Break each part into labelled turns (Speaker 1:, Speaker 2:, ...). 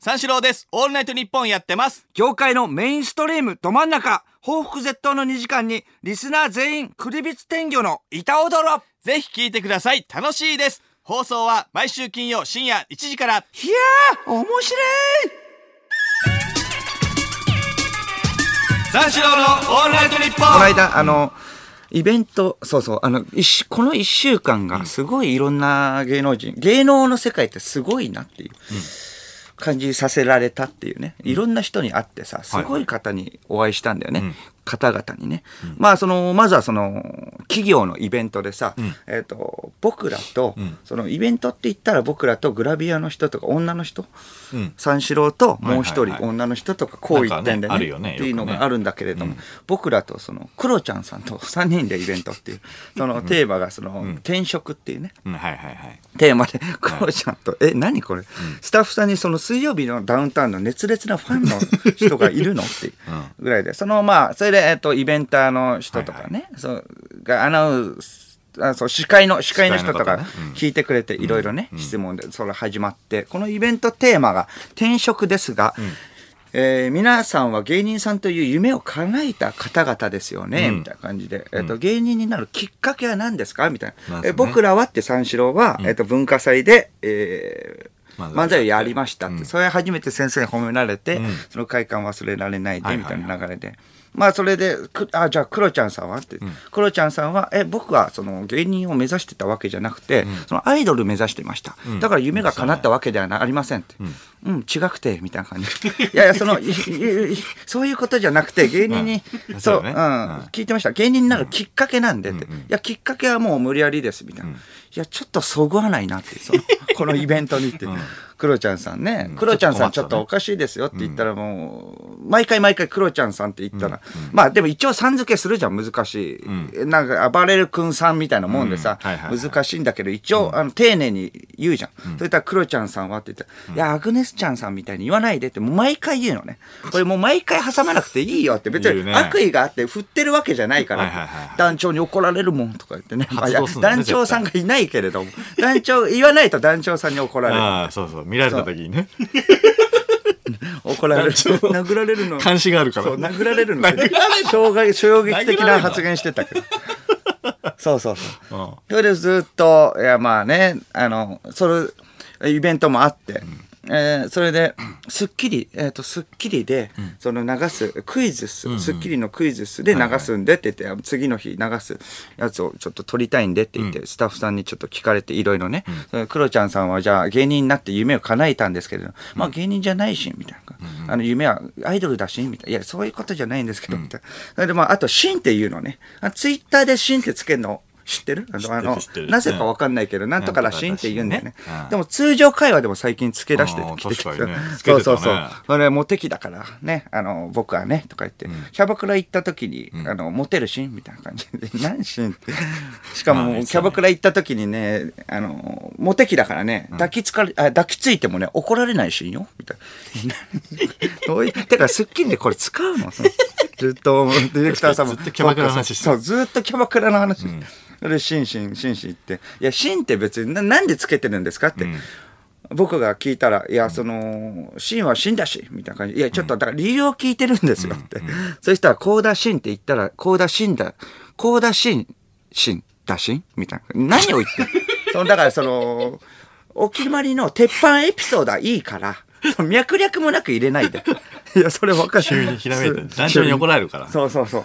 Speaker 1: 三四郎です。オールナイトニッポンやってます。
Speaker 2: 業界のメインストリームど真ん中報復絶倒の2時間にリスナー全員クリビツ天魚の板踊ろ
Speaker 1: ぜひ聞いてください。楽しいです。放送は毎週金曜深夜1時から。
Speaker 2: いやー面白い
Speaker 1: 三四郎のオールナイトニッポ
Speaker 2: この間あのイベントそうそうあの一週この1週間がすごいいろんな芸能人、芸能の世界ってすごいなっていう感じさせられたっていうねいろんな人に会ってさすごい方にお会いしたんだよね、方々にね、まあそのまずはその企業のイベントでさ、えー、と僕らと、そのイベントって言ったら僕らとグラビアの人とか女の人、
Speaker 1: ん
Speaker 2: 三四郎とも
Speaker 1: はい
Speaker 2: う一人
Speaker 1: はいはい
Speaker 2: 女の人とかこう言ってんで
Speaker 1: なんかねあるよねよくね
Speaker 2: っていうのがあるんだけれども、僕らとそのクロちゃんさんと3人でイベントっていうそのテーマがその転職っていうね
Speaker 1: うん、はいはいはい。
Speaker 2: テーマでクロちゃんと、え何これ、スタッフさんにその水曜日のダウンタウンの熱烈なファンの人がいるのっていうぐらいでそのまあそれで、えっと、イベンターの人とかね、そうがアナウンスあそう司会の司会の人と
Speaker 1: 司会の
Speaker 2: か
Speaker 1: 方ね
Speaker 2: 聞いてくれていろいろね、質問でそれ始まってこのイベントテーマが「転職」ですが、えー皆さんは芸人さんという夢を叶えた方々ですよね、みたいな感じで、えっと芸人になるきっかけは何ですかみたいな、
Speaker 1: まずね
Speaker 2: え僕らはって三四郎は、えっと文化祭で、えー
Speaker 1: 漫才をやって
Speaker 2: 漫才をやりましたって、それ初めて先生に褒められて、その快感忘れられない
Speaker 1: はい
Speaker 2: で
Speaker 1: は
Speaker 2: み
Speaker 1: いはい
Speaker 2: たいな流れで。まあそれでくあじゃあクロちゃんさんはって、クロちゃんさんはえ僕はその芸人を目指してたわけじゃなくて、そのアイドル目指してました、だから夢が叶ったわけではなありませんって、うん、違くてみたいな感じいやいやそのいいいそういうことじゃなくて芸人に、
Speaker 1: ん
Speaker 2: そう
Speaker 1: そうだね
Speaker 2: うん
Speaker 1: はい
Speaker 2: 聞いてました芸人になるきっかけなんでって、いやきっかけはもう無理やりですみたいな、いやちょっとそぐわないなってそ のこのイベントにって、クロちゃんさんね、クロちゃんさんちょっとおかしいですよって言ったらもう、毎回毎回クロちゃんさんって言ったら、まあでも一応さん付けするじゃん難しい、なんか暴れる君さんみたいなもんでさ、
Speaker 1: うんはいはいはい
Speaker 2: 難しいんだけど一応、あの丁寧に言うじゃん、それからクロちゃんさんはって言って、いやアグネスちゃんさんみたいに言わないでってもう毎回言うのねこれもう毎回挟まなくていいよって別
Speaker 1: 言うね
Speaker 2: に悪意があって振ってるわけじゃないから、
Speaker 1: はいはいはいはい
Speaker 2: 団長に怒られるもんとか言ってねまあいや
Speaker 1: 発動すんだね
Speaker 2: 団長さんがいないけれども団長言わないと団長さんに怒られる
Speaker 1: ああ、そうそう。見られた時にね。
Speaker 2: 怒られる
Speaker 1: 団長
Speaker 2: 殴られるの
Speaker 1: 監視があるから
Speaker 2: そう殴られるの障害衝撃的な発言してたけどそうそうそう、
Speaker 1: うん
Speaker 2: それでずっといやまあねあのそれイベントもあって、えーそれで『スッキリ』えーと『スッキリで』その流すクイズっす『スッキリ』のクイズっすで流すんでって言って次の日流すやつをちょっと撮りたいんでって言って、スタッフさんにちょっと聞かれていろいろね、それクロちゃんさんはじゃあ芸人になって夢を叶えたんですけれど、まあ芸人じゃないしみたいな、あの夢はアイドルだしみたいないやそういうことじゃないんですけどみたいな、それでまああと「シン」っていうのねあツイッターで「シン」ってつけるの知ってるあのあの
Speaker 1: 知ってる
Speaker 2: なぜかわかんないけど、なんとからしんって言うんだよね
Speaker 1: なんとからしんね。
Speaker 2: でも通常会話でも最近付け出してきて
Speaker 1: あー確かにねつけてた
Speaker 2: そ
Speaker 1: ね
Speaker 2: うそうそう。それモテ期だからね、あの、僕はね、とか言って、キャバクラ行った時に、あの、モテるシーンみたいな感じで、何シー ンって。しか
Speaker 1: まあね
Speaker 2: も、キャバクラ行った時にね、あの、モテ期だからね、抱きつかれ、あ抱きついてもね、怒られないシーンよみたいな。どういう、てか、スッキリでこれ使 うのずっと、ディレクターさんも。
Speaker 1: ずっとキャバクラの話して
Speaker 2: そう、ずっとキャバクラの話。それで、シンシン、シンシンって。いや、シンって別にな、なんでつけてるんですかって。僕が聞いたら、いや、その、シンはシンだし、みたいな感じ。いや、ちょっと、だから理由を聞いてるんですよって。そしたら、コーダシンって言ったら、コーダシンだ、コーダシン、シン、だしんみたいな。何を言って るその、だからその、お決まりの鉄板エピソードはいいから、脈略もなく入れないで。 いや、それ分かる。
Speaker 1: 急にひらめいた団長に怒られるから
Speaker 2: そうそう そう。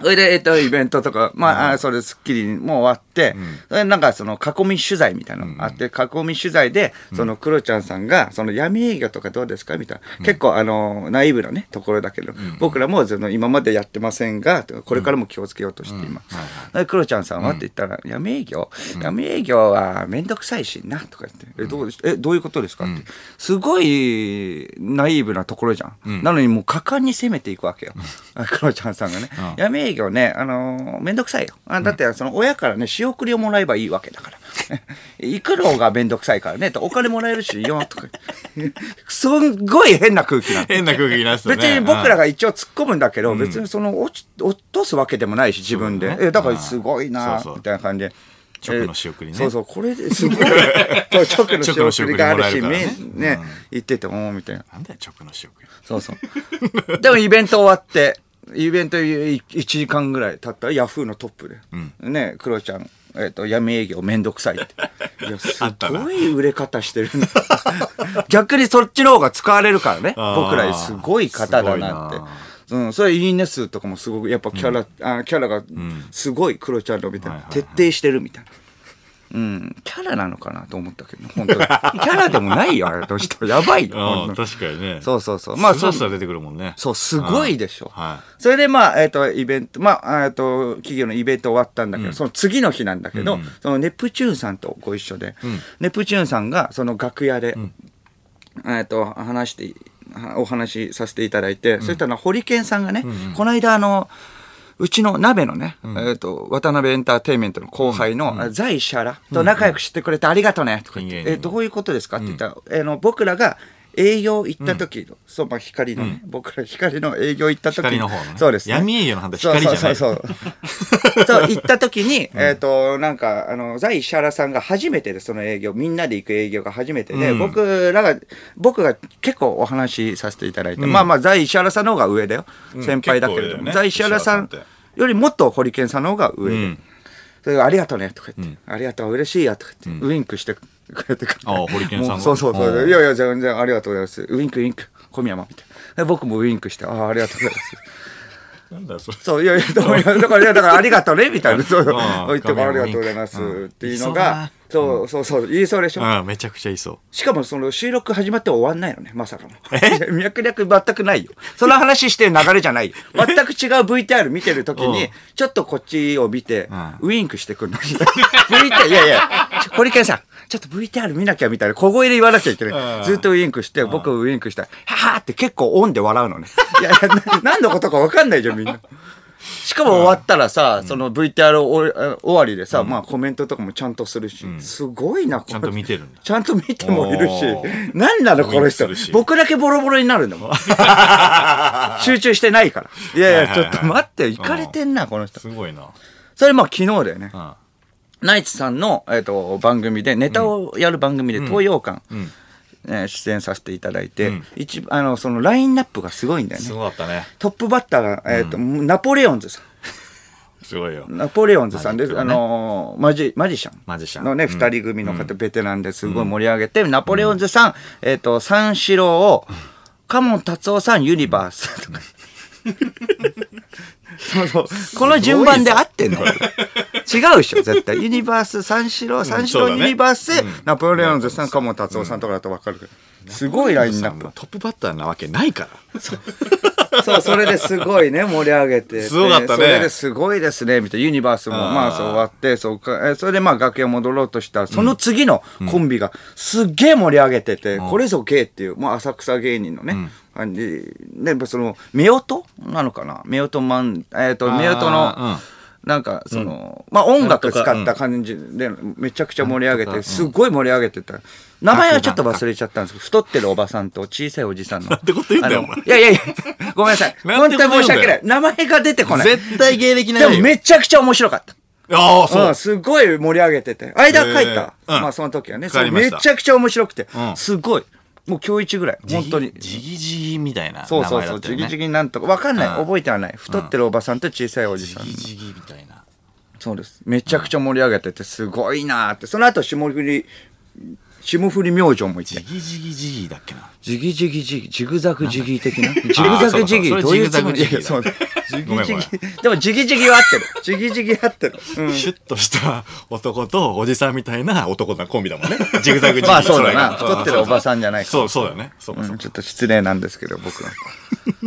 Speaker 2: それで、えっと、イベントとか、まあ、それ、スッキリも終わって、それでなんか、その、囲み取材みたいなのあって、囲み取材で、その、クロちゃんさんが、その、闇営業とかどうですかみたいな。結構、あの、ナイーブなね、ところだけど、僕らも、その、今までやってませんが、とかこれからも気をつけようとしています。でクロちゃんさんはって言ったら、闇営業闇営業はめんどくさいしな、とか言って、え、どうし、え、どういうことですかって。すごい、ナイーブなところじゃん。なのに、もう、果敢に攻めていくわけよ。 クロちゃんさんがね。闇営業ね、あのーめんどくさいよ。あだって、その親からね、仕送りをもらえばいいわけだから。 行くのがめんどくさいからね、とお金もらえるし、よ、とか。 すんごい変な空気なの。
Speaker 1: 変な空気になってたね。
Speaker 2: 別に僕ら
Speaker 1: が。
Speaker 2: が一応突っ込むんだけど、別にその落ち落とすわけでもないし自分で、
Speaker 1: そうだね
Speaker 2: えだからすごいな
Speaker 1: そうそう
Speaker 2: みたいな感じで
Speaker 1: 直の仕送りね
Speaker 2: そうそう、これですごい。 そう直の仕送りがあるし、
Speaker 1: 直の仕送りもらえる
Speaker 2: ね
Speaker 1: からね、
Speaker 2: ね、言ってて、おーみたいな。
Speaker 1: なんだよ直の仕送り
Speaker 2: そうそう。 でもイベント終わって、イベント1時間ぐらい経ったらヤフーのトップで、ね、クロちゃん、えっと闇営業めんどくさい って。いや、す
Speaker 1: ったな
Speaker 2: ごい売れ方してるな 逆にそっちの方が使われるからね。
Speaker 1: あー
Speaker 2: 僕らすごい方だなって
Speaker 1: すごいな。
Speaker 2: うん、それいいね数とかもすごくやっぱキャラ、あキャラがすごいクロちゃんのみたいな、
Speaker 1: はいはいはい
Speaker 2: 徹底してるみたいな。うん、キャラなのかなと思ったけど、本当に。キャラでもないよ、あれの人。やばいよ。ほん
Speaker 1: あ
Speaker 2: と
Speaker 1: あ確かにね
Speaker 2: そううそうそう。まあ、
Speaker 1: ス
Speaker 2: そ
Speaker 1: ラ
Speaker 2: う
Speaker 1: スラ出てくるもんね
Speaker 2: そう、すごいでしょ。
Speaker 1: は
Speaker 2: それで、まあ、えっ、と、イベント、まあ、えっ、と、企業のイベント終わったんだけど、その次の日なんだけど、そのネプチューンさんとご一緒で、ネプチューンさんが、その楽屋で、えっ、と、話して、はお話しさせていただいて、そしたら、ホリケンさんがね、この間、あの、うちの鍋のね、えっ、と、渡辺エンターテインメントの後輩の、あ在シャラと仲良くしてくれてありがとうね、とか言って、
Speaker 1: うんうん
Speaker 2: えどういうことですかって言ったら、あの僕らが営業行った時の、そう、まあ、光のね、僕ら光の営業行った時
Speaker 1: 光の方のね
Speaker 2: そうです、ね。
Speaker 1: 闇営業の反対光じゃない
Speaker 2: そうそ うそう。そう、行った時に、えっ、と、なんか、あの、在石原さんが初めてで、その営業、みんなで行く営業が初めてで、
Speaker 1: うん
Speaker 2: 僕らが、僕が結構お話しさせていただいて、まあまあ、在石原さんの方が上だよ。
Speaker 1: ん
Speaker 2: 先輩だけれ
Speaker 1: 結構上
Speaker 2: ど
Speaker 1: だよ
Speaker 2: も、
Speaker 1: ね
Speaker 2: 在石原さん
Speaker 1: 石原さんって
Speaker 2: よりもっとホリケンさんの方が上
Speaker 1: い
Speaker 2: で。
Speaker 1: うん
Speaker 2: それがありがとうねとか言って、ありがとう、嬉しいやとか言って、ウインクしてくれてから、
Speaker 1: ああホリケンさんが
Speaker 2: もうそうそうそ
Speaker 1: お
Speaker 2: う。
Speaker 1: う
Speaker 2: いやいや、全然ありがとうございます。ウインク、ウインク、小宮山みたいな。で僕もウインクして、ああ、ありがとうございます。
Speaker 1: なんだよそれ
Speaker 2: そう、いやいや、だから、だから、いやだからありがとうね、みたいな。そう、
Speaker 1: ああ
Speaker 2: 言っても
Speaker 1: 小宮山
Speaker 2: ありがとうございま
Speaker 1: ウ
Speaker 2: す。
Speaker 1: インク
Speaker 2: っていう
Speaker 1: う
Speaker 2: の
Speaker 1: ん言いそうだ
Speaker 2: が
Speaker 1: な、
Speaker 2: そうそうそう、言いそうでしょ。
Speaker 1: ああめちゃくちゃいそう
Speaker 2: しかもその収録始まって終わんないのね、まさかの。 脈略全くないよ。その話してる流れじゃ ないよ。全く違う VTR 見てる時
Speaker 1: うん
Speaker 2: に、ちょっとこっちを見て、
Speaker 1: う
Speaker 2: ウインクしてくるの。VTR、いやいや、ちょ堀健さん、ちょっと VTR 見なきゃみたいな、小声で言わなきゃいけな
Speaker 1: う
Speaker 2: い。
Speaker 1: ん
Speaker 2: ずっとウインクして、僕ウインクしたら、はーって結構オンで笑うのね。いやいや、な何のことかわかんないじゃん、みんな。しかも終わったらさ、その VTR おあ終わりでさ、まあコメントとかもちゃんとするし、すごいな、
Speaker 1: ちゃんと見てるんだ
Speaker 2: ちゃんと見てもいるし
Speaker 1: おー、
Speaker 2: 何なのこの人
Speaker 1: ウインクするし。
Speaker 2: 僕だけボロボロになるんだ もん。集中してないから。いやいや、
Speaker 1: はい
Speaker 2: ち
Speaker 1: は
Speaker 2: ょ
Speaker 1: いはい
Speaker 2: っと待って、行かれてんな、この人。
Speaker 1: すごいな
Speaker 2: それまあ昨日だよね。
Speaker 1: うん
Speaker 2: ナイツさんの、えっと番組で、ネタをやる番組で、東洋館、
Speaker 1: ん
Speaker 2: えー出演させていただいて、
Speaker 1: うん
Speaker 2: 一あのそのラインナップがすごいんだよ
Speaker 1: す
Speaker 2: ね。
Speaker 1: ごかったね
Speaker 2: トップバッターが、えっとナポレオンズさん。
Speaker 1: すごいよ
Speaker 2: ナポレオンズさんです。
Speaker 1: マジックの
Speaker 2: あ
Speaker 1: ね
Speaker 2: のーマジ、マジシャン。
Speaker 1: マジシャン
Speaker 2: のね、
Speaker 1: うん
Speaker 2: 二人組の方、ベテランですごい盛り上げて、ナポレオンズさん、えっ、と、三四郎を、カモン達夫さん、ユニバース とか。そうそう。この順番で合ってんの違うでしょ、絶 対。ユニバース、三四郎、三四郎、
Speaker 1: そうだね
Speaker 2: ユニバース、
Speaker 1: うん
Speaker 2: ナポレオンズさん、カモン達夫さんとかだとわかるけど。すごいラインナップ。
Speaker 1: トップバッターなわけないから
Speaker 2: そう、それですごいね、盛り上げて。
Speaker 1: すごかったね
Speaker 2: それですごいですね、みたいな。ユニバースも、
Speaker 1: あー
Speaker 2: まあ、そう終わって、そうか、えそれでまあ、楽屋戻ろうとしたら、その次のコンビが、すっげえ盛り上げてて、これぞ芸っていう、まあ、浅草芸人のね、感じ。で、やっぱその、夫婦なのかな夫婦マン、えっ、と、
Speaker 1: あー
Speaker 2: 夫婦
Speaker 1: うん
Speaker 2: の、なんか、その、まあ、音楽使った感じで、めちゃくちゃ盛り上げて、すごい盛り上げてた。名前はちょっと忘れちゃったんですけど、太ってるおばさんと小さいおじさんの。
Speaker 1: てこと言うんだよお前
Speaker 2: いやいやいや、ごめんなさい。
Speaker 1: なん
Speaker 2: 本
Speaker 1: て
Speaker 2: 当
Speaker 1: こと言うん
Speaker 2: に申し
Speaker 1: だよ
Speaker 2: 訳ない。名前が出てこない。
Speaker 1: 絶対芸歴な
Speaker 2: で
Speaker 1: い
Speaker 2: も
Speaker 1: よ
Speaker 2: めちゃくちゃ面白かった。
Speaker 1: ああそう
Speaker 2: うん、すごい盛り上げてて。間書いた。
Speaker 1: えーうん
Speaker 2: まあその時はね。
Speaker 1: わかりま
Speaker 2: め
Speaker 1: し
Speaker 2: ち
Speaker 1: た
Speaker 2: ゃくちゃ面白くて。
Speaker 1: うん
Speaker 2: すごい。もう今日一ぐらい。本当に。
Speaker 1: ジギジギみたいな
Speaker 2: そう
Speaker 1: 名
Speaker 2: そう
Speaker 1: 前
Speaker 2: そ
Speaker 1: だ
Speaker 2: う。
Speaker 1: った
Speaker 2: じ
Speaker 1: よ
Speaker 2: ぎ
Speaker 1: ね
Speaker 2: じぎなんとか。わかんない。
Speaker 1: うん
Speaker 2: 覚えてはない。太ってるおばさんと小さいおじ
Speaker 1: ジ
Speaker 2: さん。
Speaker 1: ギジギみたいな
Speaker 2: そうです。めちゃくちゃ盛り上げてて、すごいなーって。その後、霜降り、霜降り明星もいて
Speaker 1: ジ。ギジギジギだっけな
Speaker 2: ジギジギジギ、ジグザグジギ的な。ジグ
Speaker 1: あ
Speaker 2: ザ
Speaker 1: そう
Speaker 2: グ
Speaker 1: か
Speaker 2: ジギ、
Speaker 1: それ
Speaker 2: どういうつもり
Speaker 1: ジ
Speaker 2: い
Speaker 1: グ
Speaker 2: や、
Speaker 1: ザ
Speaker 2: そ
Speaker 1: グ
Speaker 2: う
Speaker 1: ジギ
Speaker 2: ジ
Speaker 1: ご
Speaker 2: ギ
Speaker 1: めん
Speaker 2: ジ
Speaker 1: ごめん
Speaker 2: ギ。でもジギジギは合ってる。ジギジギ合ってる。うん
Speaker 1: シュッとした男とおじさんみたいな男のコンビだもんね。 ジグザグジグ
Speaker 2: まあそうだな。
Speaker 1: それが
Speaker 2: 太ってるおばさんじゃないから
Speaker 1: そう、そうだよね。そうか、そううんか。
Speaker 2: ちょっと失礼なんですけど、僕は。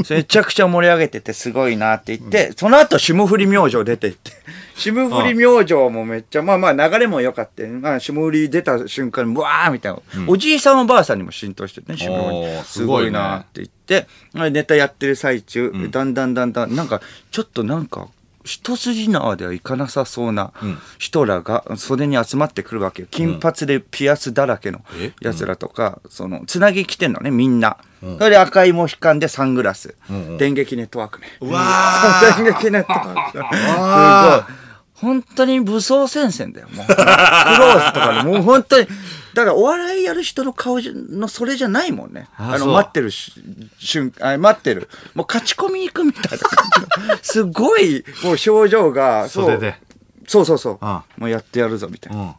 Speaker 2: めちゃくちゃ盛り上げててすごいなって言って、その後霜降り明星出てって。 霜降り明星もめっちゃ、まあまあ流れも良かったよね。まあ霜降り出た瞬間に、うわーみたいな、おじいさんおばあさんにも浸透しててね、霜
Speaker 1: お
Speaker 2: 降り。
Speaker 1: ー
Speaker 2: すごいなって言って、ネタやってる最中、だんだんだんだん、なんか、ちょっとなんか、一筋縄ではいかなさそうな人らが袖に集まってくるわけよ。金髪でピアスだらけの
Speaker 1: え
Speaker 2: やつらとか、そのつなぎ着てんのねみんな、それで赤いモヒカンでサングラ ス、電撃ネットワークね
Speaker 1: うわー
Speaker 2: 電撃ネットワークすごい本当に武装戦線だよ、もう。クロースとかで、もう本当に。だからお笑いやる人の顔じゃのそれじゃないもんね。
Speaker 1: あ
Speaker 2: あの、
Speaker 1: そう
Speaker 2: 待ってるし瞬間、あ待ってる。もう勝ち込みに行くみたいな感じの。すごい、もう表情が、そう
Speaker 1: 袖で
Speaker 2: そうそうそう。
Speaker 1: あ
Speaker 2: もうやってやるぞ、みたいな。
Speaker 1: うん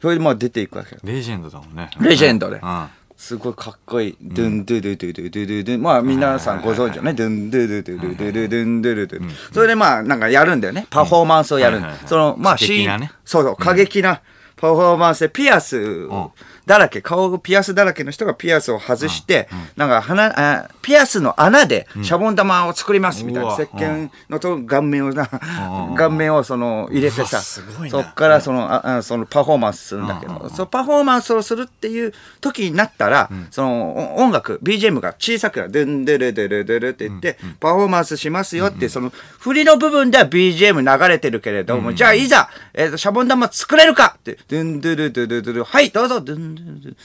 Speaker 2: それでまあ出ていくわけよ。
Speaker 1: レジェンドだもんね
Speaker 2: レジェンドで
Speaker 1: う。ん
Speaker 2: すごいかっこいい。ドゥンドゥドゥドゥドゥドゥドゥドゥン。まあ皆さんご存知よね。ドゥンドゥドゥドゥドゥドゥドゥンドゥドゥドゥ。それでまあなんかやるんだよね。パフォーマンスをやるんだ
Speaker 1: はいはいはい
Speaker 2: そのまあ
Speaker 1: 過激な
Speaker 2: C
Speaker 1: ね
Speaker 2: そうそう、過激なパフォーマンスでピアスをだらけ、顔がピアスだらけの人がピアスを外して、なんか鼻、あピアスの穴でシャボン玉を作りますみたいうな。
Speaker 1: わ
Speaker 2: 石鹸のと顔面をな、顔面をその入れて
Speaker 1: うわ
Speaker 2: さ、
Speaker 1: すごいな
Speaker 2: そっからその、ああそのパフォーマンスするんだけど、そのパフォーマンスをするっていう時になったら、そのお音楽、BGM が小さくなる。ドゥンデレデレデレって言って、パフォーマンスしますよって、その振りの部分では BGM 流れてるけれども、じゃあいざ、えーとシャボン玉作れるかって、ドゥンデレデレデレ、はい、どうぞ、ドゥンデレデレ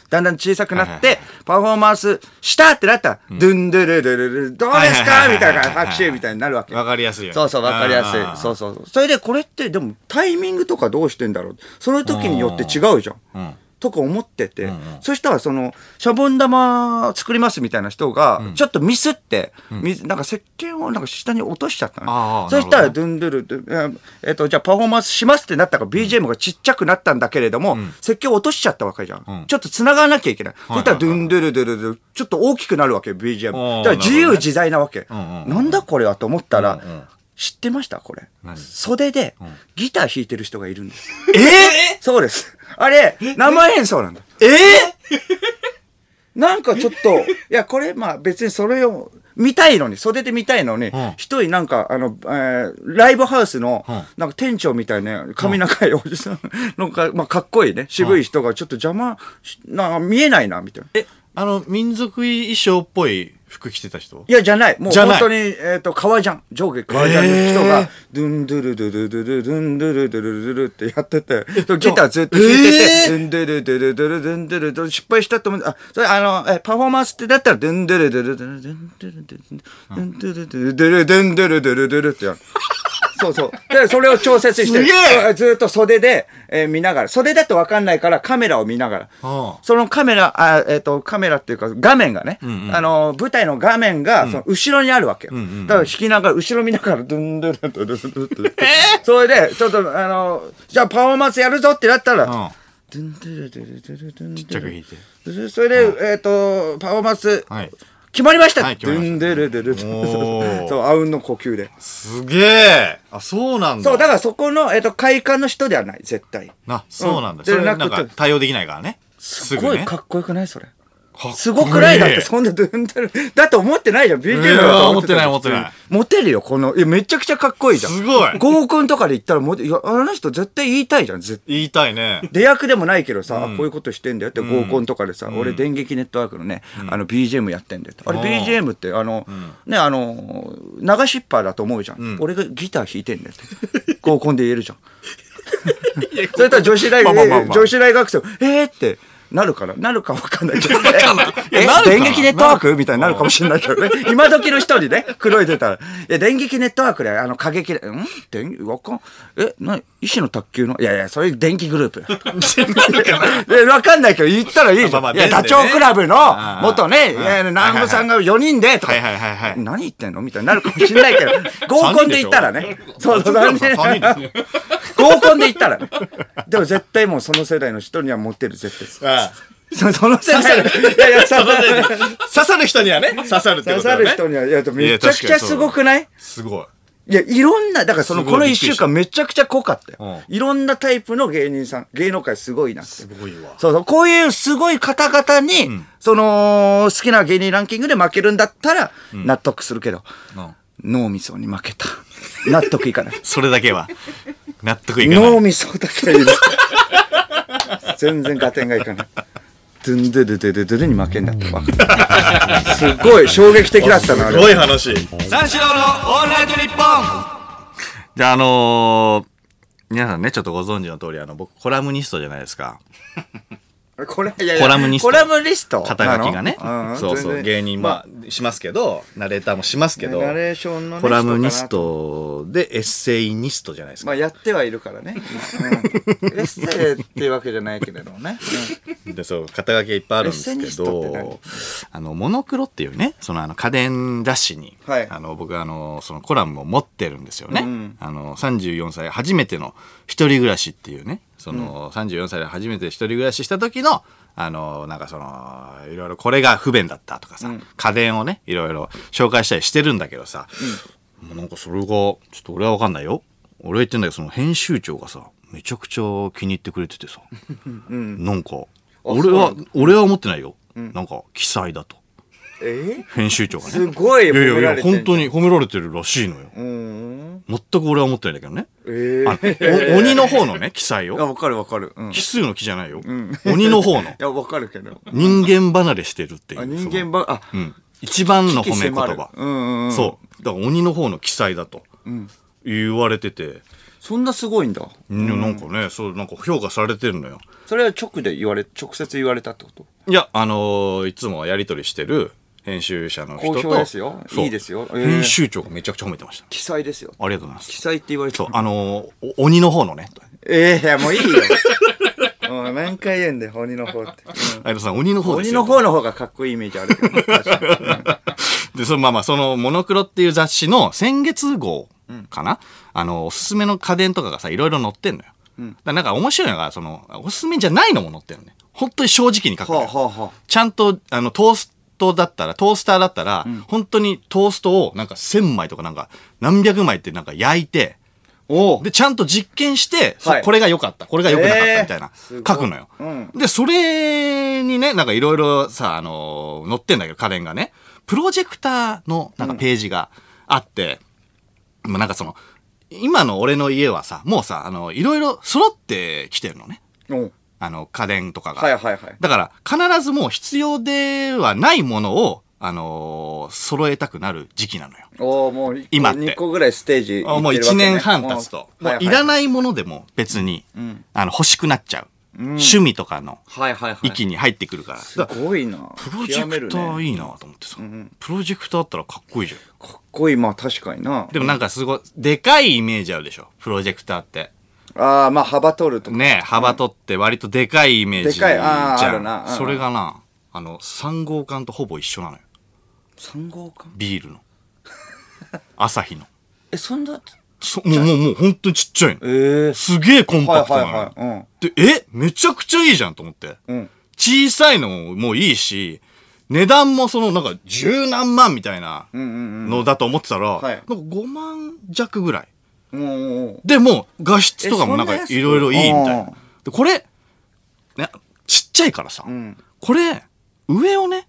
Speaker 2: だんだん小さくなっ
Speaker 1: はいはい
Speaker 2: て、パフォーマンスしたってなったら、ドゥンデレデレデレ、どうです
Speaker 1: はいはいはい
Speaker 2: か
Speaker 1: はい
Speaker 2: みたいな拍手みたいになるわけ。
Speaker 1: わかりやすいよね
Speaker 2: そうそう、わかりやす
Speaker 1: あー
Speaker 2: い。そうそうそう。それでこれって、でもタイミングとかどうしてんだろうその時によって違うじゃん。
Speaker 1: うん
Speaker 2: とか思ってて、そしたらその、シャボン玉作りますみたいな人が、ちょっとミスって、みなんか石鹸をなんか下に落としちゃった
Speaker 1: あ
Speaker 2: の
Speaker 1: あ
Speaker 2: ね。そした
Speaker 1: な
Speaker 2: ら、
Speaker 1: る
Speaker 2: ドゥンドゥルドゥン、えーえっと、じゃあパフォーマンスしますってなったから、BGM がちっちゃくなったんだけれども、石鹸を落としちゃったわけじゃん。
Speaker 1: うん
Speaker 2: ちょっと繋がらなきゃいけない。
Speaker 1: いはいはい
Speaker 2: そしたら、ドゥンドゥルドゥルドゥル、ちょっと大きくなるわけよ、BGM。だ
Speaker 1: おー
Speaker 2: から自
Speaker 1: なるほど
Speaker 2: 由
Speaker 1: ね
Speaker 2: 自在なわけ。
Speaker 1: んうん
Speaker 2: なんだこれはと思ったら、
Speaker 1: うんうん
Speaker 2: 知ってましたこれ
Speaker 1: 何。
Speaker 2: 袖で、ギター弾いてる人がいるんです。
Speaker 1: え
Speaker 2: そうです。あれ、生演奏なんだ。
Speaker 1: ええ
Speaker 2: なんかちょっと、いや、これ、まあ別にそれを、見たいのに、袖で見たいのに
Speaker 1: ん、
Speaker 2: 一、人なんか、あの、えーライブハウスの
Speaker 1: うん、
Speaker 2: なんか店長みたいな、髪長いおじさんのか、まあかっこいいね、渋い人がちょっと邪魔し、な見えないな、みたいな。
Speaker 1: えあの民族衣装っぽい服着てた人
Speaker 2: いや、じゃない。もう
Speaker 1: じゃない
Speaker 2: 本当に、えっ、と、革ジャン、上下革ジャンの人
Speaker 1: えー
Speaker 2: が、ドゥンドゥルドゥルドゥルドゥンドゥルドゥルドゥルってやってて、ギターずっと弾いて
Speaker 1: えー
Speaker 2: て、ドゥンドゥルドゥルドゥルドゥンドゥルドゥル、失敗したと思って、あ、それあの、えパフォーマンスってだったら、ドゥンドゥルドゥルドゥルドゥンドゥルドゥルドゥンドゥルドゥルドゥルドゥンドゥルドゥルドゥルってやる。そうそう。で、それを調節して
Speaker 1: すげ
Speaker 2: ずっと袖で、えー見ながら。袖だとわかんないからカメラを見ながら。
Speaker 1: ああ
Speaker 2: そのカメラ、あえっ、と、カメラっていうか画面がね、あの、舞台の画面が、その後ろにあるわけよ。だから弾きながら、後ろ見ながら、ドゥンドゥルドゥルドゥルドゥルって。それで、ちょっと、あの、じゃあパフォーマンスやるぞってなったら、
Speaker 1: うん
Speaker 2: ドゥンドゥルドゥルドゥルドゥンドゥル。ちっ
Speaker 1: ちっちゃく弾いて
Speaker 2: それで、えっ、と、パフォーマンス、
Speaker 1: はい
Speaker 2: 決まりました、
Speaker 1: はい決まりました
Speaker 2: ドゥンドゥルドゥルド
Speaker 1: お
Speaker 2: ゥ
Speaker 1: ー
Speaker 2: ル。そう、あうんの呼吸で。
Speaker 1: すげえあそうなんだ
Speaker 2: そう、だからそこの、えっと、快感の人ではない、絶対。
Speaker 1: なそうなんだ、
Speaker 2: うん
Speaker 1: それ
Speaker 2: で
Speaker 1: な
Speaker 2: なんく
Speaker 1: か対応できないからね
Speaker 2: す
Speaker 1: す
Speaker 2: ご
Speaker 1: ぐ
Speaker 2: い
Speaker 1: ね
Speaker 2: かっこよくないそれ。
Speaker 1: かっこい
Speaker 2: すごくないだって、そんなドゥンドゥル。だって思ってないじゃん、BGM だとた
Speaker 1: いや思ってない思ってない。
Speaker 2: モテるよ、この。いや、めちゃくちゃかっこいいじゃん。
Speaker 1: すごい
Speaker 2: 合コンとかで言ったらモテ、いや、あの人絶対言いたいじゃん、絶対。
Speaker 1: 言いたいね
Speaker 2: 出役でもないけどさ、あこういうことしてんだよって合コンとかでさ、俺電撃ネットワークのね、あの BGM やってんだよってあれ
Speaker 1: あ
Speaker 2: BGM ってあの、ねあの流しっぱだと思うじゃん、俺がギター弾いてんだよって合コンで言えるじゃん それとは女子大
Speaker 1: まあ
Speaker 2: 学
Speaker 1: まあまあまあ
Speaker 2: 女子大学生もえーってなるからなるかわかんないけど、ね、
Speaker 1: いや
Speaker 2: え
Speaker 1: なるかな
Speaker 2: 電撃ネットワークみたいになるかもしれないけど ね。今時の人にね、黒い出たら。いや、電撃ネットワークで、あの、過激で、ん電わかん、え、な、医師の卓球のいやいや、それ電気グループ。え、わかん ないけど、言ったらいいじ
Speaker 1: ま
Speaker 2: ゃ
Speaker 1: あまあ
Speaker 2: ん。いや、
Speaker 1: 電
Speaker 2: ダ
Speaker 1: でね
Speaker 2: チョウ倶楽部の
Speaker 1: ああ
Speaker 2: 元
Speaker 1: ああ
Speaker 2: ね、いや南部さんが4人で、とか
Speaker 1: はいはいはいはい
Speaker 2: 何言ってんのみたいになるかもしれない けど、合コンで言ったらね。そうそう、
Speaker 1: ダ
Speaker 2: 3
Speaker 1: チョウ倶楽部さん三人で
Speaker 2: 人。合コンで言ったらね。でも絶対もうその世代の人にはモテる、絶 対。
Speaker 1: ああ
Speaker 2: そその世代の、いやいや、その世代の
Speaker 1: 刺さる人にはね刺さるってことだ
Speaker 2: 刺さ
Speaker 1: よね
Speaker 2: る人には、いや、でもめちゃく
Speaker 1: い
Speaker 2: ち
Speaker 1: や確かに
Speaker 2: ゃ
Speaker 1: そう
Speaker 2: すごくない
Speaker 1: すごい
Speaker 2: いや、いろんな、だからその、
Speaker 1: すごい
Speaker 2: この
Speaker 1: びっ
Speaker 2: 一
Speaker 1: くり
Speaker 2: 週
Speaker 1: した
Speaker 2: 間めちゃくちゃ濃かったよ。
Speaker 1: う
Speaker 2: いろんなタイプの芸人さん、芸能界すごいなって。す
Speaker 1: ごいわ
Speaker 2: そうそう、こういうすごい方々に、その、好きな芸人ランキングで負けるんだったら、納得するけど、
Speaker 1: うん
Speaker 2: 脳みそに負けた。納得い かない。
Speaker 1: それだけは納得いかない
Speaker 2: 脳みそだけはいいです全然合点がいかない。ドゥンドゥドゥドゥドゥドゥドゥに負けんだって分か った。すごい衝撃的だったな、あ
Speaker 1: す
Speaker 2: れ。
Speaker 1: ごい話三四郎のオールナイトニッポンじゃあ、あのー皆さんね、ちょっとご存知の通り、あの、僕、コラムニストじゃないですか。
Speaker 2: これいやいや
Speaker 1: コラムニスト
Speaker 2: コラムニスト
Speaker 1: 肩書きがね
Speaker 2: なの。ん
Speaker 1: そうそう、
Speaker 2: 全然
Speaker 1: 芸人、まあ、しますけど、ナレーターもしますけど、
Speaker 2: ナレーションのね
Speaker 1: コラムニストでエッセイニストじゃないです
Speaker 2: ま
Speaker 1: か。
Speaker 2: あやってはいるから ね。うん、エッセイっていうわけじゃないけれどもね。
Speaker 1: でそう肩書きがいっぱいあるんです
Speaker 2: エッセイニ
Speaker 1: け
Speaker 2: ストって何
Speaker 1: どあのモノクロっていうねそのあの家電雑誌に、
Speaker 2: はい
Speaker 1: あの僕あのそのコラムを持ってるんですよね、
Speaker 2: うん
Speaker 1: あの34歳初めての一人暮らしっていうねその、34歳で初めて一人暮らしした時のあのなんかそのいろいろこれが不便だったとかさ、家電をねいろいろ紹介したりしてるんだけどさ、もうなんかそれがちょっと俺は分かんないよ俺は言ってんだけどその編集長がさめちゃくちゃ気に入ってくれててさなんか、俺は、俺は思ってないよ。なんか、記載だと。
Speaker 2: え
Speaker 1: 編集長がね。
Speaker 2: すごい褒められて
Speaker 1: い
Speaker 2: んじゃん
Speaker 1: やいやいや、本当に褒められてるらしいのよ。
Speaker 2: うーん。
Speaker 1: 全く俺は思ってないんだけどね。
Speaker 2: え
Speaker 1: あ
Speaker 2: ー、
Speaker 1: のお鬼の方のね、記載
Speaker 2: あ、
Speaker 1: よ。
Speaker 2: わかるわかる。うん。い
Speaker 1: 奇数の木じゃないよ。鬼の方の。
Speaker 2: や、わかるけど。
Speaker 1: 人間離れしてるっていう。
Speaker 2: あ、
Speaker 1: その
Speaker 2: 人間ば、あ、
Speaker 1: うん。一番の
Speaker 2: 危
Speaker 1: 褒
Speaker 2: 機
Speaker 1: め言
Speaker 2: 迫る
Speaker 1: 葉。
Speaker 2: うんうんうん。
Speaker 1: そう。だから鬼の方の記載だと。言われてて、
Speaker 2: そんなすごいんだ。
Speaker 1: いやなんかね、そう、なんか評価されてるのよ。
Speaker 2: それは直で言われ、直接言われたってこと
Speaker 1: いや、あのーいつもやりとりしてる編集者の人と。
Speaker 2: 好評ですよ
Speaker 1: そう
Speaker 2: いいですよえー
Speaker 1: 編集長がめちゃくちゃ褒めてました。
Speaker 2: 記載ですよ。
Speaker 1: ありがとうございま
Speaker 2: 記
Speaker 1: す。
Speaker 2: 載って言われて
Speaker 1: そう
Speaker 2: た、。
Speaker 1: あのーお鬼の方のね、
Speaker 2: ええいや、もういいよ。もう何回言うんだよ、鬼の方って。
Speaker 1: 相田さん、鬼の方で
Speaker 2: 鬼
Speaker 1: す
Speaker 2: の
Speaker 1: よ。
Speaker 2: 方の方がかっこいいイメージあるけどね。確かに
Speaker 1: で、そのまあまあ、その、モノクロっていう雑誌の先月号かな、あの、おすすめの家電とかがさ、いろいろ載ってんのよ。だからなんか面白いのが、その、おすすめじゃないのも載ってるのね。本当に正直に書くの
Speaker 2: は
Speaker 1: よ、
Speaker 2: あはあはあ。
Speaker 1: ちゃんと、あの、トーストだったら、トースターだったら、本当にトーストをなんか1000枚とかなんか何百枚ってなんか焼いて、
Speaker 2: おう
Speaker 1: で、ちゃんと実験して、そ
Speaker 2: はいう
Speaker 1: これが良かった、これが良くなかった
Speaker 2: えー
Speaker 1: みたいな、
Speaker 2: すごい
Speaker 1: 書くのよ、
Speaker 2: うん
Speaker 1: で、それにね、なんかいろいろさ、あのー載ってんだけど、家電がね、プロジェクターのなんかページがあって、まあなんかその、今の俺の家はさ、もうさ、あの、いろいろ揃ってきてるのね。
Speaker 2: おう
Speaker 1: あの、家電とかが。
Speaker 2: はいはいはい。
Speaker 1: だから、必ずもう必要ではないものを、あのー揃えたくなる時期なのよ。
Speaker 2: おおもう
Speaker 1: 今
Speaker 2: 今
Speaker 1: って
Speaker 2: 2個ぐらいステージ
Speaker 1: あもう1年半経つと。もういら
Speaker 2: い
Speaker 1: ないものでも別に、
Speaker 2: ん
Speaker 1: あの、欲しくなっちゃう。趣味とかの
Speaker 2: はいはいはい
Speaker 1: 域に入ってくるから。
Speaker 2: す
Speaker 1: だから
Speaker 2: ごいな
Speaker 1: プロジェクタ
Speaker 2: 極める
Speaker 1: ー
Speaker 2: ね
Speaker 1: いいなと思ってさ。プロジェクターあったらかっこいいじゃん。
Speaker 2: かっこいいまあ確かにな
Speaker 1: でもなんかすごい、でかいイメージあるでしょ。プロジェクターって。
Speaker 2: ああまあ幅取るとか
Speaker 1: ね幅取って割とでかいイメージじ
Speaker 2: で
Speaker 1: ゃん。
Speaker 2: かいあーあるなうん
Speaker 1: それがな、あの、3号館とほぼ一緒なのよ。
Speaker 2: 3号館
Speaker 1: ビ ールの。朝日の。
Speaker 2: えそんな
Speaker 1: そもうもうもう本当にちっちゃいの。
Speaker 2: ええ
Speaker 1: すげえコン
Speaker 2: はい
Speaker 1: パクト
Speaker 2: は
Speaker 1: ないのよ。
Speaker 2: はい
Speaker 1: で、えめちゃくちゃいいじゃんと思って。
Speaker 2: うんうん
Speaker 1: 小さいのももういいし、値段もそのなんか十何万みたいな
Speaker 2: うんうん
Speaker 1: のだと思ってたら、
Speaker 2: はい
Speaker 1: なんか5万弱ぐらい。
Speaker 2: うんうんうん
Speaker 1: で、もう画質とかもなんか
Speaker 2: えそんな安い
Speaker 1: いろいろいいみたい
Speaker 2: あ
Speaker 1: な。で、これ、ね、ちっちゃいからさ、
Speaker 2: ん
Speaker 1: これ、上をね、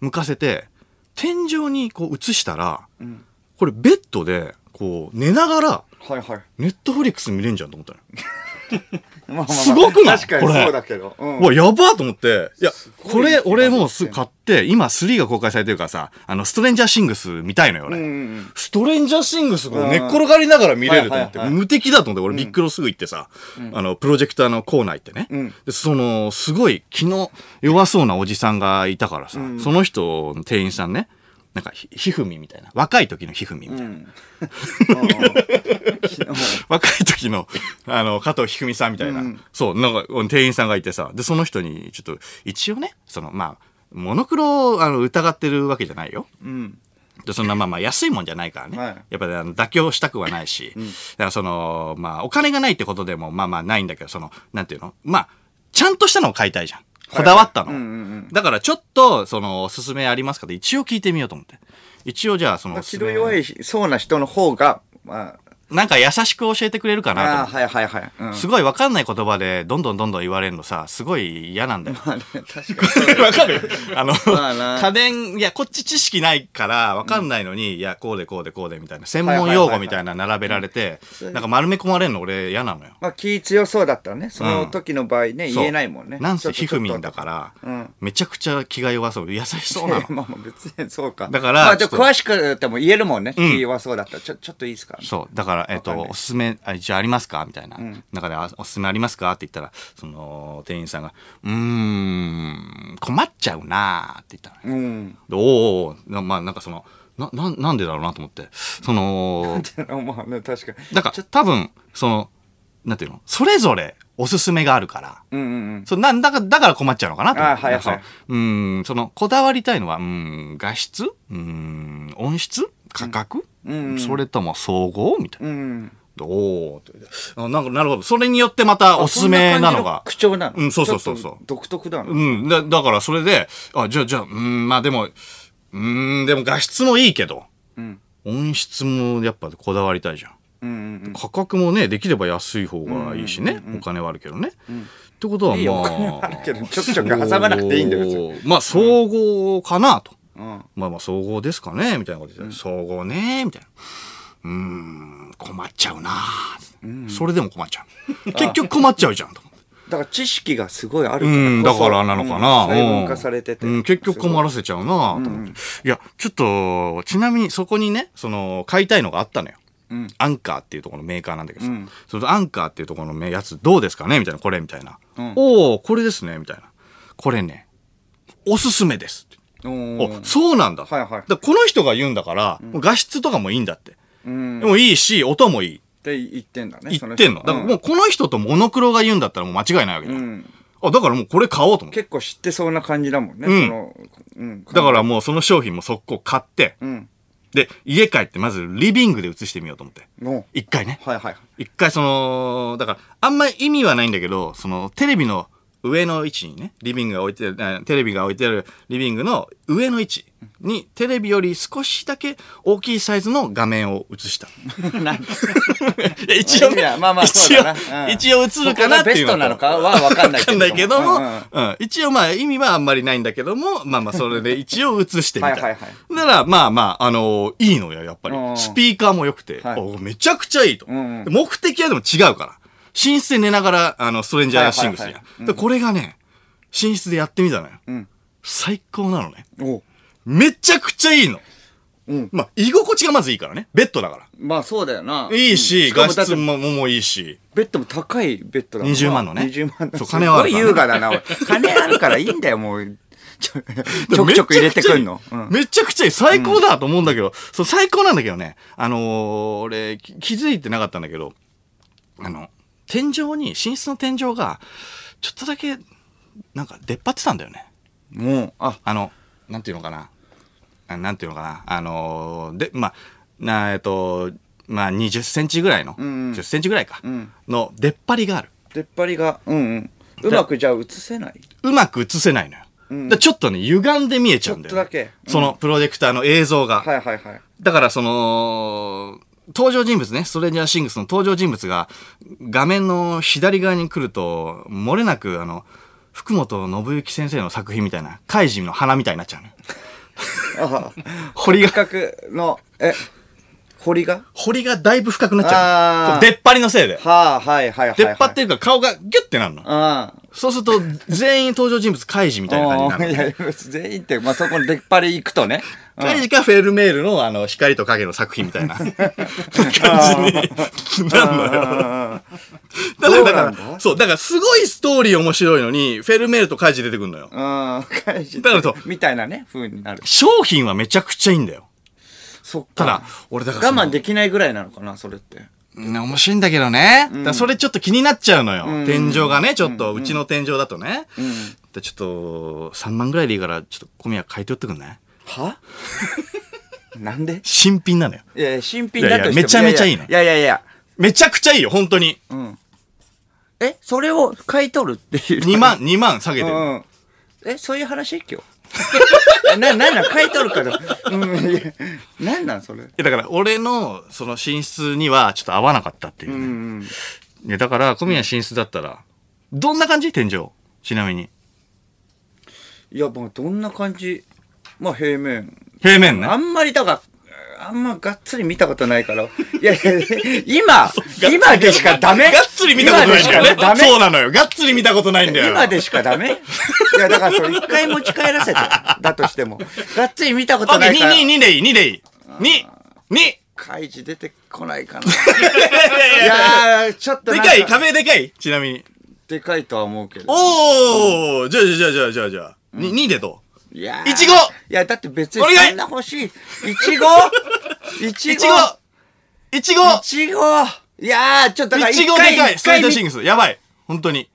Speaker 1: 向かせて、天井にこう映したら、
Speaker 2: ん
Speaker 1: これベッドで、こう寝ながら、
Speaker 2: はいはい
Speaker 1: ネットフリックス見れんじゃんと思ったのよ。
Speaker 2: まあまあまあ
Speaker 1: すごくない
Speaker 2: 確かに
Speaker 1: これ
Speaker 2: そうだけどうん
Speaker 1: うわ、やばーと思って。いや、
Speaker 2: ごい
Speaker 1: これ、
Speaker 2: ね
Speaker 1: 俺もうすぐ買って、今3が公開されてるからさ、あの、ストレンジャーシングス見たいのよ、俺。
Speaker 2: うんうん
Speaker 1: ストレンジャーシングスこう
Speaker 2: うん
Speaker 1: 寝っ転がりながら見れると思って、
Speaker 2: はいはいは
Speaker 1: 無敵だと思って、俺ビックロすぐ行ってさ、あの、プロジェクターのコーナー行ってね。
Speaker 2: ん
Speaker 1: で、その、すごい気の弱そうなおじさんがいたからさ、その人の店員さんね、なんかひ、ひふみみたいな。若い時のひふみみたいな。
Speaker 2: うんうん
Speaker 1: 若い時の、あの、加藤ひくみさんみたいな、そう、なんか、店員さんがいてさ、で、その人に、ちょっと、一応ね、その、まあ、モノクロをあの疑ってるわけじゃないよ。
Speaker 2: うん
Speaker 1: で、そんな、まあまあ、安いもんじゃないからね。
Speaker 2: はい
Speaker 1: やっぱ、ね、あの妥協したくはないし、だから、その、まあ、お金がないってことでも、まあまあ、ないんだけど、その、なんていうのまあ、ちゃんとしたのを買いたいじゃん。こだわったの。
Speaker 2: うんうん
Speaker 1: だから、ちょっと、その、おすすめありますかって、一応聞いてみようと思って。一応、じゃあ、その
Speaker 2: まあ
Speaker 1: おすす
Speaker 2: 気
Speaker 1: め、
Speaker 2: の弱いそうな人の方がま
Speaker 1: なんか優しく教えてくれるかなと思って
Speaker 2: ああーはいはいはいうん
Speaker 1: すごい分かんない言葉でどんどんどんどん言われるのさすごい嫌なんだ よ。
Speaker 2: まあね確かにそうだ
Speaker 1: 分かるあの、
Speaker 2: まあな
Speaker 1: 家電いやこっち知識ないから分かんないのに、いやこうでこうでこうでみたいな専
Speaker 2: はい
Speaker 1: 門
Speaker 2: はいはいは
Speaker 1: 用
Speaker 2: い
Speaker 1: 語みたいな並べられて、
Speaker 2: うん
Speaker 1: なんか丸め込まれるの俺嫌なのよ。
Speaker 2: まあ気強そうだったらね、その時の場合ね、
Speaker 1: そう
Speaker 2: 言えないもんね。
Speaker 1: なんせ
Speaker 2: ちょ
Speaker 1: ひ
Speaker 2: っと
Speaker 1: ふみんだから、
Speaker 2: うん
Speaker 1: めちゃくちゃ気が弱そう優しそう
Speaker 2: ちょ
Speaker 1: な
Speaker 2: っと
Speaker 1: の。
Speaker 2: まあまあ別にそうか。
Speaker 1: だから
Speaker 2: まあちょっと
Speaker 1: ちょっと
Speaker 2: 詳しくても言えるもんね。気弱そうだったら、ちょ、ちょっといいですか
Speaker 1: そうだかから、えっ、
Speaker 2: わかん
Speaker 1: と、
Speaker 2: ない
Speaker 1: おすすめ、あ一応ありますかみたいな。中で、あおすすめありますかって言ったら、その、店員さんが、うーん、困っちゃうなーって言ったのね。
Speaker 2: うん。
Speaker 1: でおーおーなまあ、なんかその、な、な、なんでだろうなと思って。そ の、
Speaker 2: まあね、確かに。
Speaker 1: だから、多分、その、なんていうのそれぞれおすすめがあるから。
Speaker 2: うんうん
Speaker 1: そうなんだかだから困っちゃうのかなと思って。
Speaker 2: あはいはい
Speaker 1: なんかそのうーん、その、こだわりたいのは、うーん、画質うーん、音質価格、
Speaker 2: うん
Speaker 1: それとも総合みたいな。
Speaker 2: うん。うん。
Speaker 1: おーってあなんか、なるほど。それによってまたおすすめなのが。
Speaker 2: 口調なの。
Speaker 1: うんそうそうそうそう
Speaker 2: ちょっと独特だな。
Speaker 1: うん、だだからそれで、あ、じゃあ、じゃあ、うーん、まあでも、うーん、でも画質もいいけど、
Speaker 2: うん。
Speaker 1: 音質もやっぱこだわりたいじゃん。
Speaker 2: うんうん
Speaker 1: 価格もねできれば安い方がいいしね、お金はあるけどね、ってことはまあ
Speaker 2: いいよお金はあるけどちょくちょく挟まなくていいんだよ別に
Speaker 1: まあ総合かなと、
Speaker 2: うん。うん。
Speaker 1: まあまあ総合ですかねみたいなこと言って、総合ねみたいなうーん困っちゃうな、それでも困っちゃ う結局困っちゃうじゃんと思って
Speaker 2: だから知識がすごいあるからこそ。
Speaker 1: うんだからなのかな、
Speaker 2: うん細分化されてて。
Speaker 1: うん、結局困
Speaker 2: る。
Speaker 1: らせちゃうなと思って、いやちょっとちなみにそこにねその買いたいのがあったのよ
Speaker 2: うん。
Speaker 1: アンカーっていうところのメーカーなんだけどさ、
Speaker 2: うん
Speaker 1: そのアンカーっていうところのねやつどうですかねみたいな、これみたいな。
Speaker 2: うん
Speaker 1: おおこれですねみたいな。これね、おすすめですって。
Speaker 2: お
Speaker 1: お、
Speaker 2: ー
Speaker 1: そうなんだ。
Speaker 2: はいはい
Speaker 1: だからこの人が言うんだから、もう画質とかもいいんだって。
Speaker 2: うん。
Speaker 1: でもいいし、音もいい。
Speaker 2: って言ってんだね。
Speaker 1: 言ってんの。だからもうこの人とモノクロが言うんだったらもう間違いないわけだ。
Speaker 2: うんうん。
Speaker 1: あ、だからもうこれ買おうと思って。
Speaker 2: 結構知ってそうな感じだもんね。
Speaker 1: うん
Speaker 2: そのうん。
Speaker 1: だからもうその商品も速攻買って、
Speaker 2: うん。
Speaker 1: で、家帰ってまずリビングで映してみようと思って。
Speaker 2: も
Speaker 1: 一回ね。
Speaker 2: う。はいはい。
Speaker 1: 一回そのだからあんまり意味はないんだけどそのテレビの上の位置にねリビングが置いてあるあテレビが置いてあるリビングの上の位置にテレビより少しだけ大きいサイズの画面を映したいや 一応
Speaker 2: い
Speaker 1: ね
Speaker 2: やまあまあそ
Speaker 1: 一
Speaker 2: う
Speaker 1: 応
Speaker 2: だなうん
Speaker 1: 一応映るかなっていう
Speaker 2: ここがベストなのかはわかんないけ
Speaker 1: わか
Speaker 2: れども
Speaker 1: んないけども、う
Speaker 2: う
Speaker 1: ん
Speaker 2: うん
Speaker 1: ん一応まあ意味はあんまりないんだけどもまあまあそれで一応映してみた
Speaker 2: はいはいはい
Speaker 1: ならまあまああのいいのよやっぱり
Speaker 2: うん
Speaker 1: スピーカーも良くて、
Speaker 2: はい
Speaker 1: おめちゃくちゃいいと、
Speaker 2: んうん
Speaker 1: 目的はでも違うから寝室で寝ながらあのストレンジャーシングスや、
Speaker 2: はいはいはいうん
Speaker 1: でこれがね寝室でやってみたのよ、
Speaker 2: うん。
Speaker 1: 最高なのね
Speaker 2: おう
Speaker 1: めちゃくちゃいいの、
Speaker 2: うん
Speaker 1: まあ居心地がまずいいからねベッドだか
Speaker 2: まあそうだよな。
Speaker 1: らいいし、
Speaker 2: うん
Speaker 1: 画
Speaker 2: しかもだっ
Speaker 1: 質
Speaker 2: て
Speaker 1: ももいいし
Speaker 2: ベッドも高いベッドだもんな
Speaker 1: 20万のね
Speaker 2: 20万の。
Speaker 1: そう金はあるからね
Speaker 2: すごい優雅だな、おい金あるからいいんだよ、もう。ちょちょくちょく入れて くんの。うん
Speaker 1: めちゃくちゃいい。最高だと思うんだけど、そう、最高なんだけどね。あのー俺、き気づいてなかったんだけど、あの、天井に、寝室の天井が、ちょっとだけ、なんか出っ張ってたんだよね。
Speaker 2: もう、あ、
Speaker 1: あの、なんていうのかな。あなんていうのかな。あのーで、まあ、な、えっと、まあ、20センチぐらいの、
Speaker 2: んうん
Speaker 1: 10センチぐらいか、
Speaker 2: ん
Speaker 1: の出っ張りがある。
Speaker 2: 出っ張りが、うんうん。うまくじゃあ映せないう
Speaker 1: まく映せないのよ。
Speaker 2: うん
Speaker 1: だからちょっとね、歪んで見えちゃうんだよ、ね。
Speaker 2: ちょっとだけうん
Speaker 1: そのプロジェクターの映像が。
Speaker 2: はいはいはい。
Speaker 1: だからその、登場人物ね、ストレンジャーシングスの登場人物が、画面の左側に来ると、漏れなく、あの、福本信之先生の作品みたいな、怪人の花みたいになっちゃうね。
Speaker 2: あ
Speaker 1: 堀が、
Speaker 2: 深くの、え、堀が
Speaker 1: 堀がだいぶ深くなっちゃう
Speaker 2: あー
Speaker 1: の。こう出っ張りのせいで。
Speaker 2: はあ、はいはいはいはい。
Speaker 1: 出っ張ってるから顔がギュッてなるの。
Speaker 2: ああ。
Speaker 1: そうすると、全員登場人物怪人みたいな感じになるの。
Speaker 2: いやいや、全員って、まあ、そこの出っ張り行くとね。
Speaker 1: カイジかフェルメールのあの光と影の作品み たいな感じになるのよ。だから、だか
Speaker 2: そうなんだ
Speaker 1: ら、そう、だからすごいストーリー面白いのに、フェルメールとカイジ出てくるのよ。
Speaker 2: うん、返し
Speaker 1: だからそう
Speaker 2: みたいなね、風になる。
Speaker 1: 商品はめちゃくちゃいいんだよ。
Speaker 2: そっか。
Speaker 1: ただ、俺だから
Speaker 2: 我
Speaker 1: その。
Speaker 2: 慢できないぐらいなのかな、それって。
Speaker 1: うん面白いんだけどね。だからそれちょっと気になっちゃうのよ。
Speaker 2: ん
Speaker 1: 天井がね、ちょっと、うちの天井だとね。
Speaker 2: うん。
Speaker 1: でちょっと、3万ぐらいでいいから、ちょっと小宮買い取ってくんない
Speaker 2: はなんで
Speaker 1: 新品なのよ。
Speaker 2: いやいや、新品だと
Speaker 1: いや
Speaker 2: しても
Speaker 1: いやめちゃめちゃいいの
Speaker 2: いやいやいや。
Speaker 1: めちゃくちゃいいよ、本当に。
Speaker 2: うん。え、それを買い取るっていう。
Speaker 1: 2万、2万下げてるの。
Speaker 2: うん。え、そういう話今日。 な、なんなん買い取るから。うん、いや。なんなんそれ。
Speaker 1: いやだから俺のその寝室にはちょっと合わなかったっていううね、
Speaker 2: ん。
Speaker 1: いやだから小宮寝室だったらどんな感じ天井ちなみに
Speaker 2: いや、まあ、どんな感じ。まあ、平面。
Speaker 1: 平面
Speaker 2: あ
Speaker 1: ね
Speaker 2: んまりだから、あんまがっつり見たことないから。いやいやいや、今、今でしかダメ
Speaker 1: がっつり見たことないんだよね
Speaker 2: 今でしかダメ
Speaker 1: そうなのよがっつり見たことないんだよ
Speaker 2: 今でしかダメいや、だからそれ一回持ち帰らせて。だとしても。がっつり見たことないから。
Speaker 1: OK222 でいい2でいい22
Speaker 2: 開示出てこないかな。いやー、ちょっと
Speaker 1: で
Speaker 2: なん
Speaker 1: かい壁でかいちなみに。
Speaker 2: でかいとは思うけど。
Speaker 1: おーじゃあじゃあじゃあじゃあじゃあ。に2でどう
Speaker 2: いや
Speaker 1: いちご
Speaker 2: いや、だって別に
Speaker 1: お願い
Speaker 2: そんな欲しい。いちごい ち
Speaker 1: い
Speaker 2: ご
Speaker 1: ちごいちご
Speaker 2: いちごいやー、ちょっとだから
Speaker 1: い
Speaker 2: 一
Speaker 1: ちごで
Speaker 2: 回、
Speaker 1: かい
Speaker 2: 一
Speaker 1: スライ
Speaker 2: 回
Speaker 1: ダ
Speaker 2: 見
Speaker 1: ーシングス。やばい。本当に。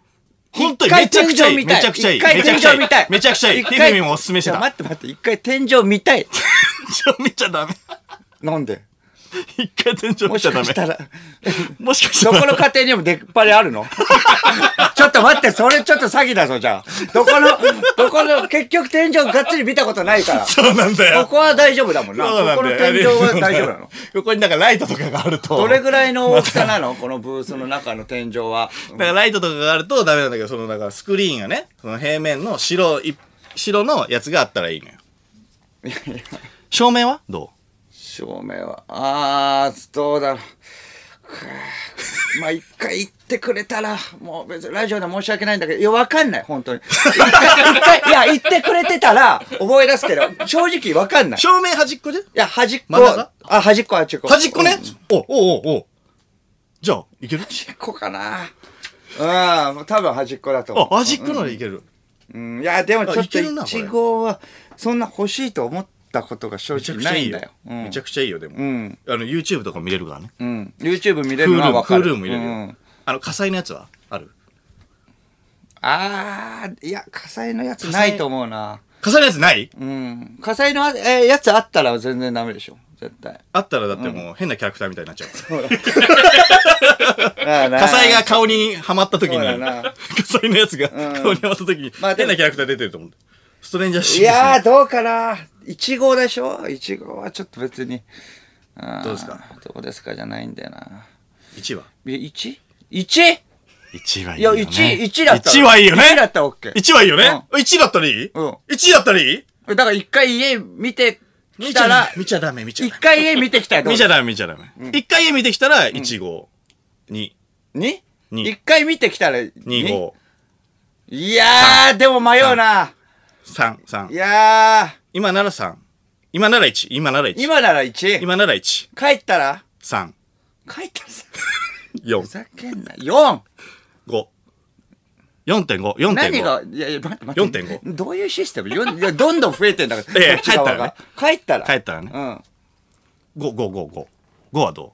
Speaker 1: 本当
Speaker 2: 一
Speaker 1: に
Speaker 2: 回
Speaker 1: めちゃくちゃいい。
Speaker 2: 天井見た
Speaker 1: めちゃくちゃいい。
Speaker 2: 一回
Speaker 1: めちゃくちゃいい
Speaker 2: 天井見たい。
Speaker 1: めちゃくちゃいい。
Speaker 2: 一
Speaker 1: ひ
Speaker 2: 回
Speaker 1: ふみもおすすめして
Speaker 2: いや
Speaker 1: た。
Speaker 2: 待って待って、一回天井見たい。
Speaker 1: 天井見ちゃダメ。
Speaker 2: なんで
Speaker 1: 一回天井
Speaker 2: も
Speaker 1: 見 ちゃ
Speaker 2: し
Speaker 1: ダ
Speaker 2: かした
Speaker 1: メ。
Speaker 2: ら、
Speaker 1: もしかし
Speaker 2: ど
Speaker 1: た
Speaker 2: この
Speaker 1: ら。
Speaker 2: 家庭にも出っ張りあるの ちょっと待って、それちょっと詐欺だぞ、じゃあ。ど この、どこの、結局天井がっつり見たことないから。
Speaker 1: そうなんだよ
Speaker 2: こ。こは大丈夫だもんな。
Speaker 1: そうなんだよ
Speaker 2: ここの天井は大丈夫なの。
Speaker 1: ここになんかライトとかがあると。
Speaker 2: どれぐらいの大きさ なのこのブースの中の天井は。
Speaker 1: だからライトとかがあるとダメなんだけど、そのだからスクリーンがね、その平面の白い、白のやつがあったらいいのよ。照明はど
Speaker 2: 照明は。あー、どうだろう。くーまあ、一回言ってくれたら、もう別にラジオで申し訳ないんだけど、いや、わかんない、本当に。一回、一回、いや、言ってくれてたら、覚え出すけど、正直わかんな
Speaker 1: う
Speaker 2: い。い
Speaker 1: 照明端っこじゃ
Speaker 2: や、端っこ
Speaker 1: 真ん中、
Speaker 2: あ、端っこ、端っこ。
Speaker 1: 端っこね
Speaker 2: うん
Speaker 1: おおうおうおうじゃあ、いける
Speaker 2: 端っこかな。うん、多分端っこだと思
Speaker 1: あ
Speaker 2: う、。
Speaker 1: 端っこならいける。
Speaker 2: うん、いや、でもちょ
Speaker 1: あ
Speaker 2: っ
Speaker 1: い
Speaker 2: と
Speaker 1: け
Speaker 2: い
Speaker 1: るなこれ
Speaker 2: ちごは、そんな欲しいと思ったことが正
Speaker 1: めちゃ
Speaker 2: 直
Speaker 1: くち
Speaker 2: な
Speaker 1: ゃ
Speaker 2: い
Speaker 1: い
Speaker 2: ん
Speaker 1: いよ
Speaker 2: だよ。。うん
Speaker 1: めちゃくちゃいいよ、でも。あ
Speaker 2: ん
Speaker 1: の、YouTube とかも見れるからね。
Speaker 2: うん。YouTube 見れるの
Speaker 1: Hulu
Speaker 2: はわ
Speaker 1: も
Speaker 2: かる。
Speaker 1: Hulu も入れる
Speaker 2: うん
Speaker 1: よ。あの、火災のやつはある
Speaker 2: あー、いや、火災のやつないと思うな。
Speaker 1: 火災のやつない
Speaker 2: うん。火災の、えーやつあったら全然ダメでしょ。絶対。
Speaker 1: あったらだってもう変なキャラクターみたいになっちゃう。火
Speaker 2: 火
Speaker 1: 災が顔にはまった時に
Speaker 2: そうだな、
Speaker 1: 火災のやつが顔にはまった時に、
Speaker 2: まあ
Speaker 1: 変
Speaker 2: でも
Speaker 1: なキャラクター出てると思う。ストレンジャーシン
Speaker 2: い
Speaker 1: グス
Speaker 2: やー、どうかな。1号でしょ ?1 号はちょっと別に。あー
Speaker 1: どうですか
Speaker 2: どうですかじゃないんだよな。
Speaker 1: 1は
Speaker 2: え 1?1?
Speaker 1: 1はい
Speaker 2: いや、1、1だったら。
Speaker 1: 1はいいよね
Speaker 2: 1だったら OK。
Speaker 1: 1はいいよね ?1 だったらいい
Speaker 2: うん
Speaker 1: ?1 だったらいい
Speaker 2: だから一回家見てきたら、
Speaker 1: 見ちゃダメ、見ちゃ
Speaker 2: 一
Speaker 1: ダメ。
Speaker 2: 回家見てきたらどう
Speaker 1: 見ちゃダメ、見ちゃダメ。一回家見てきたら、1号、2、
Speaker 2: に
Speaker 1: に
Speaker 2: 一回見てきたら
Speaker 1: 2号、
Speaker 2: にいやー、でも迷うな。
Speaker 1: 3、
Speaker 2: い
Speaker 1: 3。
Speaker 2: や
Speaker 1: 今なら3。今なら1。今なら
Speaker 2: ー、
Speaker 1: 1。
Speaker 2: 今なら1。
Speaker 1: 今なら1。
Speaker 2: 帰ったら
Speaker 1: 3、
Speaker 2: 帰ったらさ、ふ
Speaker 1: 4、
Speaker 2: ざけんな。4!
Speaker 1: 5。4.5、4.5。
Speaker 2: 何が、いやいや、待って待って。
Speaker 1: 4.5
Speaker 2: どういうシステムよんいや、どんどん増えてんだから。
Speaker 1: いやいや
Speaker 2: こっち側が帰ったら。
Speaker 1: 帰ったらね
Speaker 2: うん。
Speaker 1: 5、5、5、5。5はど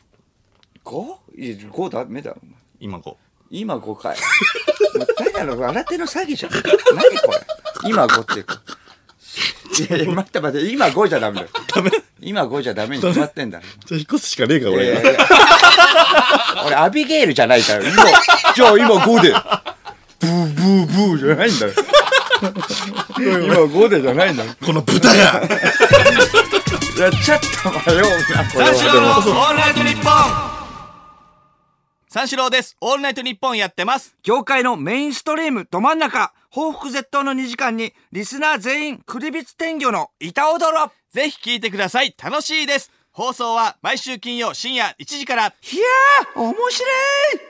Speaker 1: う
Speaker 2: 5? いや、5ダメだろ。お前
Speaker 1: 今5。
Speaker 2: 今5回。 もうだから、新手の詐欺じゃん。何これ。今5っていうか。いやいや、待って待って、今5じゃ ダメだよ。今5じゃダメに決まってんだろ。
Speaker 1: じゃあ引っ越すしかねえか、
Speaker 2: い
Speaker 1: 俺
Speaker 2: やいやいや 俺、アビゲイルじゃないから。今、じゃあ今5で。ブーブーブーじゃない んだよ。今5でじゃないんだよ。
Speaker 1: この豚が
Speaker 2: いや、ちょっと迷うな、これ
Speaker 1: 三四郎の
Speaker 2: は。でも
Speaker 1: オールナイトニッポン三四郎です。オールナイトニッポンやってます。
Speaker 2: 業界のメインストリームど真ん中、報復絶倒の2時間に、リスナー全員、クリビツ天魚の板踊ろ。
Speaker 1: ぜひ聞いてください。楽しいです。放送は毎週金曜深夜1時から。
Speaker 2: いやー、面白い